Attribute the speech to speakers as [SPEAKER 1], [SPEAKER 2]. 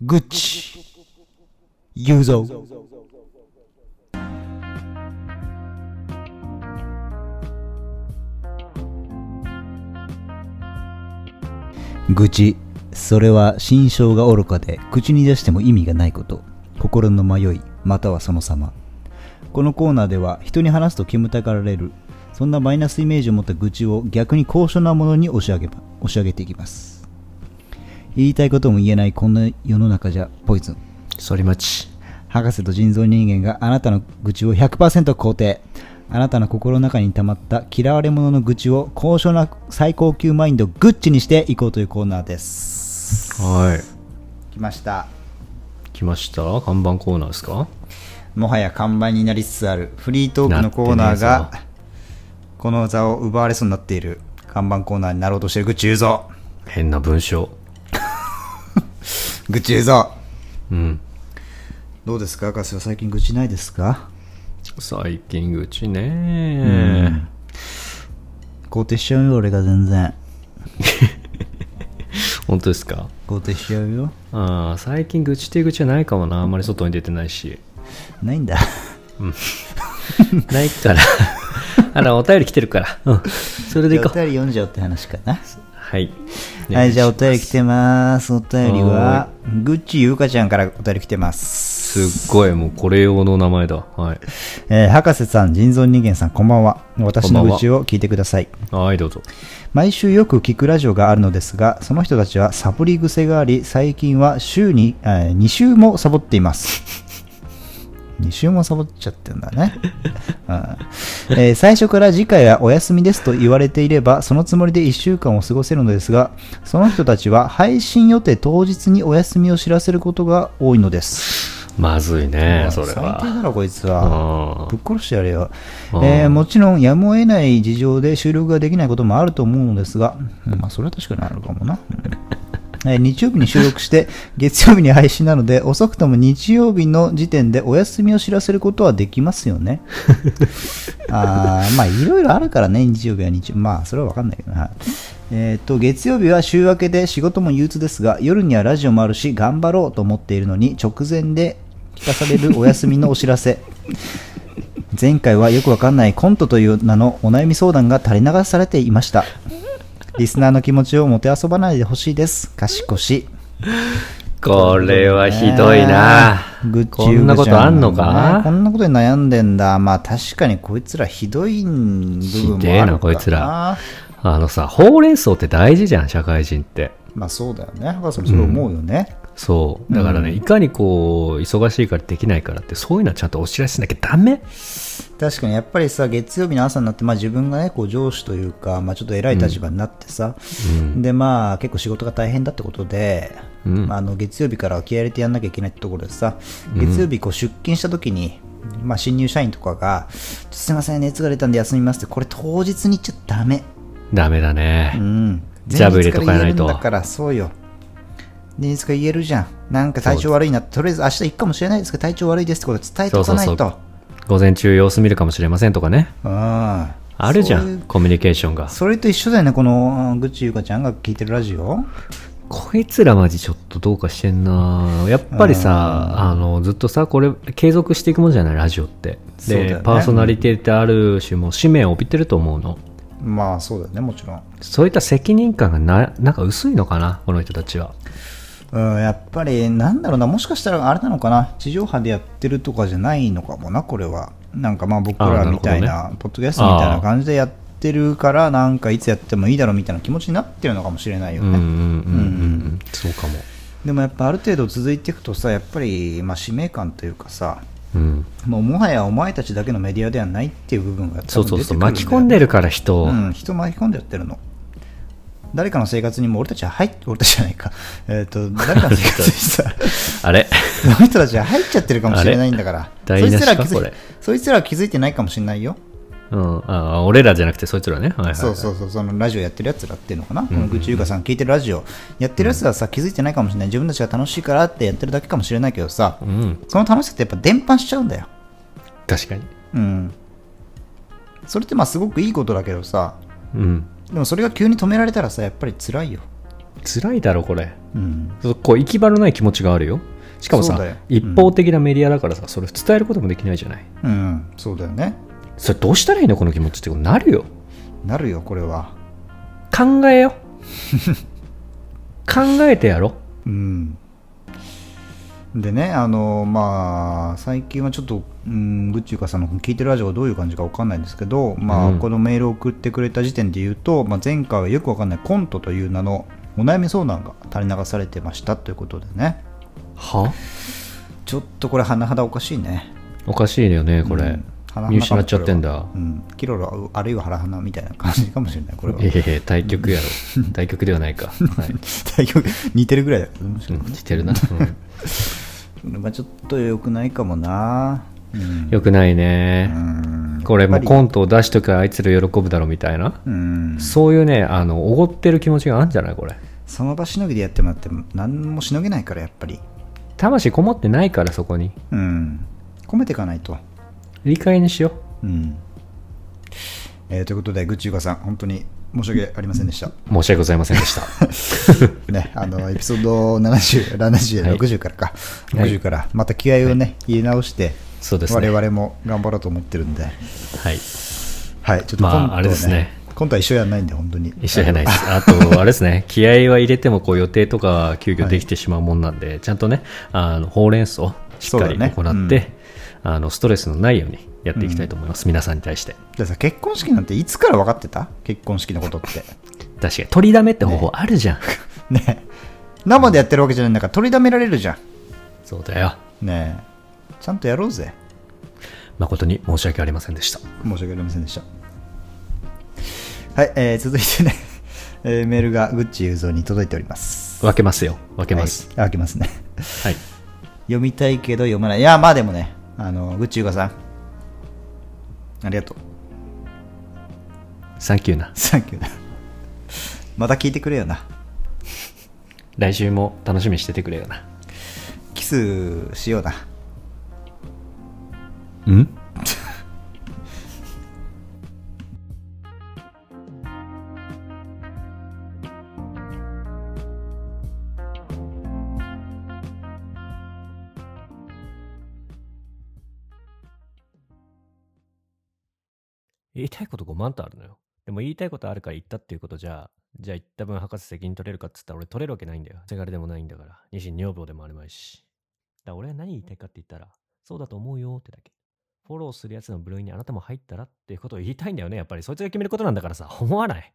[SPEAKER 1] グッチ、ユーゾー。愚痴、それは心象が愚かで口に出しても意味がないこと、心の迷い、またはその様。このコーナーでは人に話すと煙たがられる、そんなマイナスイメージを持った愚痴を逆に高尚なものに押し上げば押し上げていきます。言いたいことも言えないこんな世の中じゃポイズン。
[SPEAKER 2] 反町
[SPEAKER 1] 博士と人造人間があなたの愚痴を100%肯定あなたの心の中に溜まった嫌われ者の愚痴を高尚な最高級マインドグッチにしていこうというコーナーです
[SPEAKER 2] はい
[SPEAKER 1] 来ました
[SPEAKER 2] 来ました看板コーナーですか
[SPEAKER 1] もはや看板になりつつあるフリートークのコーナー
[SPEAKER 2] なっ
[SPEAKER 1] が
[SPEAKER 2] てね
[SPEAKER 1] この座を奪われそうになっている看板コーナーになろうとしているグッチ言うぞ
[SPEAKER 2] 変な文章
[SPEAKER 1] グッチ言うぞ
[SPEAKER 2] うん
[SPEAKER 1] どうですか博士は最近愚痴ないですか
[SPEAKER 2] 最近愚痴
[SPEAKER 1] う
[SPEAKER 2] ね
[SPEAKER 1] ん肯定しちゃうよ俺が全然
[SPEAKER 2] 本当ですか
[SPEAKER 1] 肯定しちゃうよ
[SPEAKER 2] ああ最近愚痴っていう愚痴はないかもなあんまり外に出てない し
[SPEAKER 1] ないん だ
[SPEAKER 2] ないから あらお便り来てるから、うん、それでいこ
[SPEAKER 1] お
[SPEAKER 2] う
[SPEAKER 1] 便り読んじゃうって話かな。
[SPEAKER 2] はい
[SPEAKER 1] はい、じゃあお便り来てます。お便りは
[SPEAKER 2] は、
[SPEAKER 1] ぐっちゆうかちゃんからお便り来てます。
[SPEAKER 2] すっごいもうこれ用の名前だはい
[SPEAKER 1] えー博士さん、人造人間さん、こんばんは。私の愚痴を聞いてください。
[SPEAKER 2] はいどうぞ
[SPEAKER 1] 毎週よく聞くラジオがあるのですが、その人たちはサボり癖があり、最近は週に、え2週もサボっています。2週もサボっちゃってんだね、 うんえー最初から次回はお休みですと言われていれば、そのつもりで1週間を過ごせるのですが、その人たちは配信予定当日にお休みを知らせることが多いのです。
[SPEAKER 2] まずいねそれ
[SPEAKER 1] 最低
[SPEAKER 2] は
[SPEAKER 1] だろ、こいつ
[SPEAKER 2] う
[SPEAKER 1] は。
[SPEAKER 2] ん
[SPEAKER 1] ぶっ殺してやれよ、
[SPEAKER 2] うん
[SPEAKER 1] えーもちろんやむを得ない事情で収録ができないこともあると思うのですが、うんまあ、それは確かにあるかもな、うんえー日曜日に収録して 月曜日に配信なので遅くとも日曜日の時点でお休みを知らせることはできますよ ねあーまあいろいろあるからね日曜日は日曜日まあそれは分かんないけどな、はいえーっと月曜日は週明けで仕事も憂鬱ですが夜にはラジオもあるし頑張ろうと思っているのに直前で聞かされるお休みのお知らせ前回はよくわかんないコントという名のお悩み相談が垂れ流されていましたリスナーの気持ちをもてあそばないでほしいです賢し
[SPEAKER 2] これはひどいな
[SPEAKER 1] ねグッチ
[SPEAKER 2] こんなことあんのか
[SPEAKER 1] ねこんなことに悩んでんだまあ確かにこいつらひどい部分もあるか
[SPEAKER 2] ひでえなこいつらあのさほうれん草って大事じゃん社会人って
[SPEAKER 1] まあそうだよね博士もそれ思うよね、
[SPEAKER 2] そうだからね、いかにこう忙しいからできないからってそういうのはちゃんとお知らせしなきゃダメ
[SPEAKER 1] 確かにやっぱりさ月曜日の朝になって、まあ、自分がねこう上司というか、まあ、ちょっと偉い立場になってさ、でまあ結構仕事が大変だってことで、
[SPEAKER 2] うん
[SPEAKER 1] まあ、あの月曜日からは気合い入れてやんなきゃいけないってところでさ月曜日こう出勤した時に、まあ、新入社員とかが「すいません熱が出たんで休みます」ってこれ当日に言っちゃダメ
[SPEAKER 2] ダメだ
[SPEAKER 1] う
[SPEAKER 2] ね、
[SPEAKER 1] ん
[SPEAKER 2] ジャブ入れとかやないと
[SPEAKER 1] 前日から言えるんだからそうよ前日から言えるじゃんなんか体調悪いなとりあえず明日行くかもしれないですけど体調悪いですってことを伝えて
[SPEAKER 2] そ
[SPEAKER 1] お
[SPEAKER 2] う
[SPEAKER 1] か
[SPEAKER 2] そう
[SPEAKER 1] ないと
[SPEAKER 2] そう午前中様子見るかもしれませんとかね
[SPEAKER 1] うん
[SPEAKER 2] あるじゃ
[SPEAKER 1] そういうん
[SPEAKER 2] コミュニケーションが
[SPEAKER 1] それと一緒だよね、このぐちゆかちゃんが聞いてるラジオ。
[SPEAKER 2] こいつらマジちょっとどうかしてんなやっぱりさあのずっとさこれ継続していくもんじゃないラジオって
[SPEAKER 1] そうだ
[SPEAKER 2] で、
[SPEAKER 1] よね
[SPEAKER 2] パーソナリティってある種もう使命を帯びてると思うの
[SPEAKER 1] まあそうだよね、もちろん。
[SPEAKER 2] そういった責任感がななんか薄いのかなこの人たちは
[SPEAKER 1] うん、やっぱり、なんだろうな、もしかしたらあれなのかな、地上波でやってるとかじゃないのかもな、これは。なんかまあ僕
[SPEAKER 2] あーな
[SPEAKER 1] ら
[SPEAKER 2] るほどね
[SPEAKER 1] みたいな、ポッドキャストみたいな感じでやってるから、なんかいつやってもいいだろうみたいな気持ちになってるのかもしれないよ
[SPEAKER 2] うんうん
[SPEAKER 1] ね。
[SPEAKER 2] うんうんそうかも
[SPEAKER 1] でもやっぱある程度続いていくとさ、やっぱり、まあ、使命感というかさ、
[SPEAKER 2] うん
[SPEAKER 1] もうもはやお前たちだけのメディアではないっていう部分が多
[SPEAKER 2] そう
[SPEAKER 1] 分
[SPEAKER 2] そ
[SPEAKER 1] 出て
[SPEAKER 2] う
[SPEAKER 1] く
[SPEAKER 2] そ
[SPEAKER 1] る
[SPEAKER 2] うん
[SPEAKER 1] だよね
[SPEAKER 2] 巻き込んでるから人を、
[SPEAKER 1] うん、人巻き込んでやってるの誰かの生活にも俺たちは入っ俺たちじゃないか えっ、と誰かの生活にさ
[SPEAKER 2] あれ
[SPEAKER 1] その人たちは入っちゃってるかもしれないんだから
[SPEAKER 2] あれ
[SPEAKER 1] そいつらは
[SPEAKER 2] 台無
[SPEAKER 1] 気
[SPEAKER 2] しか
[SPEAKER 1] づ
[SPEAKER 2] こ
[SPEAKER 1] い
[SPEAKER 2] れ
[SPEAKER 1] そいつらは気づいてないかもしれないよ、
[SPEAKER 2] うんあ俺らじゃなくてそいつらねはいはいはい
[SPEAKER 1] そうそうそうそのラジオやってるやつらっていうのかな、この愚痴ゆうかさん聞いてるラジオやってるやつらはさ気づいてないかもしれない自分たちが楽しいからってやってるだけかもしれないけどさ、
[SPEAKER 2] うん
[SPEAKER 1] その楽しさってやっぱ伝播しちゃうんだよ
[SPEAKER 2] 確かに
[SPEAKER 1] うんそれってまあすごくいいことだけどさ
[SPEAKER 2] うん
[SPEAKER 1] でもそれが急に止められたらさやっぱり辛いよ
[SPEAKER 2] 辛いだろこれ
[SPEAKER 1] うん。
[SPEAKER 2] そうこう行き場のない気持ちがあるよしかも
[SPEAKER 1] そう
[SPEAKER 2] さ
[SPEAKER 1] だよ
[SPEAKER 2] 一方的なメディアだからさ、それ伝えることもできないじゃない
[SPEAKER 1] うん、そうだよね。
[SPEAKER 2] それどうしたらいいのこの気持ちってことになるよ
[SPEAKER 1] なるよ、これは。
[SPEAKER 2] 考えよ考えてやろ
[SPEAKER 1] うん。でね、あの、まあ、最近はちょっと、うん、ぐっちゅうかさんの聞いてるラジオがどういう感じかわかんないんですけど、まあ、
[SPEAKER 2] うん
[SPEAKER 1] このメールを送ってくれた時点で言うと、まあ、前回はよくわかんないコントという名のお悩み相談が垂れ流されてましたということでね。
[SPEAKER 2] は
[SPEAKER 1] ちょっとこれ、甚だおかしいね。
[SPEAKER 2] おかしいよねこれ、
[SPEAKER 1] うん鼻鼻かも
[SPEAKER 2] 見失っちゃってんだ
[SPEAKER 1] うん、キロロあるいはハラハナみたいな感じかもしれない、これは。
[SPEAKER 2] いやいやいや対 局やろ対局ではないか、はい、
[SPEAKER 1] 大丈夫似てるぐらいだけど、
[SPEAKER 2] うん似てるな、
[SPEAKER 1] まあ、ちょっと良くないかもな。うん
[SPEAKER 2] よくないね、
[SPEAKER 1] うん
[SPEAKER 2] これもう
[SPEAKER 1] やっ
[SPEAKER 2] コントを出しときゃあいつら喜ぶだろみたいな、
[SPEAKER 1] ぱりうん、
[SPEAKER 2] そういうねあのおごってる気持ちがあるんじゃないこれ
[SPEAKER 1] その場しのぎでやってもらっても何もしのげないからやっぱり、
[SPEAKER 2] 魂こもってないからそこに
[SPEAKER 1] うん、込めていかないと、
[SPEAKER 2] いい加減にしよ
[SPEAKER 1] うんえーということでぐっちゅうかさん本当に申し訳ありませんで した、
[SPEAKER 2] う申し訳ございませんでし た
[SPEAKER 1] ね、あのエピソード70、70、
[SPEAKER 2] はい
[SPEAKER 1] 60からか、
[SPEAKER 2] はい
[SPEAKER 1] 60からまた気合をね、入れ直して、
[SPEAKER 2] そうです
[SPEAKER 1] 我
[SPEAKER 2] ね
[SPEAKER 1] 々も頑張ろうと思ってるんで、
[SPEAKER 2] はい
[SPEAKER 1] はい、ちょっと
[SPEAKER 2] まあ
[SPEAKER 1] 今度
[SPEAKER 2] あれですね
[SPEAKER 1] 今度は一緒やんないんで、本当に。
[SPEAKER 2] 一緒じゃないです。あと、あれで すね、気合は入れてもこう予定とかは急遽できてしまうもんなんで、ちゃんとね、あのほうれん草をしっかり行って、
[SPEAKER 1] そうだね
[SPEAKER 2] あのストレスのないようにやっていきたいと思います、皆さんに対して。
[SPEAKER 1] でさ結婚式なんていつから分かってた結婚式のことって。
[SPEAKER 2] 確かに、取りだめって方法あるじゃん。
[SPEAKER 1] ね生でやってるわけじゃないんだから取りだめられるじゃ
[SPEAKER 2] そうだよ。
[SPEAKER 1] ん。ねえちゃんとやろうぜ。
[SPEAKER 2] 誠に申し訳ありませんでした。
[SPEAKER 1] 申し訳ありませんでした。はい、えー続いてね、 えーメールがグッチ雄三に届いております。
[SPEAKER 2] 分けますよ、分けます。
[SPEAKER 1] はい、あ開けますね。
[SPEAKER 2] はい。
[SPEAKER 1] 読みたいけど読まない。いや、まあでもね、あの、グッチゆかさん、ありがとう。
[SPEAKER 2] サンキューな。
[SPEAKER 1] サンキューだ。 また聞いてくれよな。
[SPEAKER 2] 来週も楽しみにしててくれよな。
[SPEAKER 1] キスしような。
[SPEAKER 2] うん言いたいこと5万とあるのよ。でも言いたいことあるから言ったっていうことじゃ、じゃあ言った分博士責任取れるかっつったら俺取れるわけないんだよ。せがれでもないんだから。二心女房でもあるまいし。だから俺は何言いたいかって言ったら、そうだと思うよってだけ。フォローするやつの部類にあなたも入ったらっていうことを言いたいんだよね。やっぱりそいつが決めることなんだからさ、思わない。